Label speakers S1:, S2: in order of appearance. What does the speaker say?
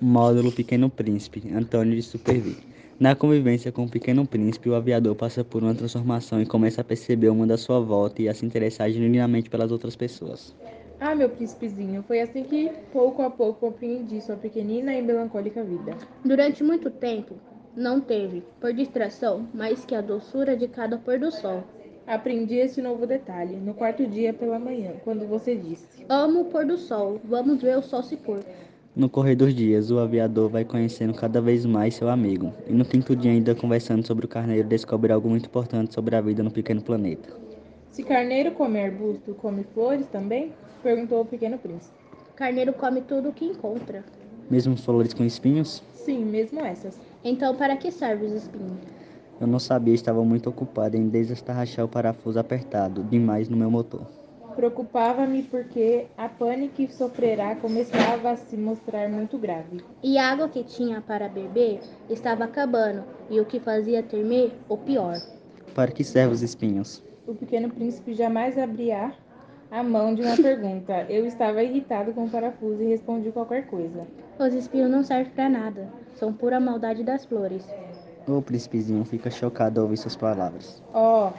S1: Módulo Pequeno Príncipe, Antônio de Supervi. Na convivência com o Pequeno Príncipe, o aviador passa por uma transformação e começa a perceber o mundo à sua volta e a se interessar genuinamente pelas outras pessoas.
S2: Ah, meu príncipezinho, foi assim que pouco a pouco compreendi sua pequenina e melancólica vida.
S3: Durante muito tempo, não teve, por distração, mais que a doçura de cada pôr do sol.
S2: Aprendi esse novo detalhe no quarto dia pela manhã, quando você disse:
S3: Amo o pôr do sol, vamos ver o sol se pôr.
S1: No correr dos dias, o aviador vai conhecendo cada vez mais seu amigo, e no quinto dia, ainda conversando sobre o carneiro, descobre algo muito importante sobre a vida no pequeno planeta.
S2: Se carneiro come arbusto, come flores também? perguntou o pequeno príncipe.
S3: Carneiro come tudo o que encontra.
S1: Mesmo flores com espinhos?
S2: Sim, mesmo essas.
S3: Então, para que servem os espinhos?
S1: Eu não sabia, estava muito ocupado em desestarrachar o parafuso apertado demais no meu motor.
S2: Preocupava-me porque a pane que sofrerá começava a se mostrar muito grave.
S3: E a água que tinha para beber estava acabando, e o que fazia temer o pior.
S1: Para que servem os espinhos?
S2: O pequeno príncipe jamais abria a mão de uma pergunta. Eu estava irritado com o parafuso e respondi qualquer coisa.
S3: Os espinhos não servem para nada, são pura maldade das flores.
S1: O príncipezinho fica chocado ao ouvir suas palavras.
S2: Oh,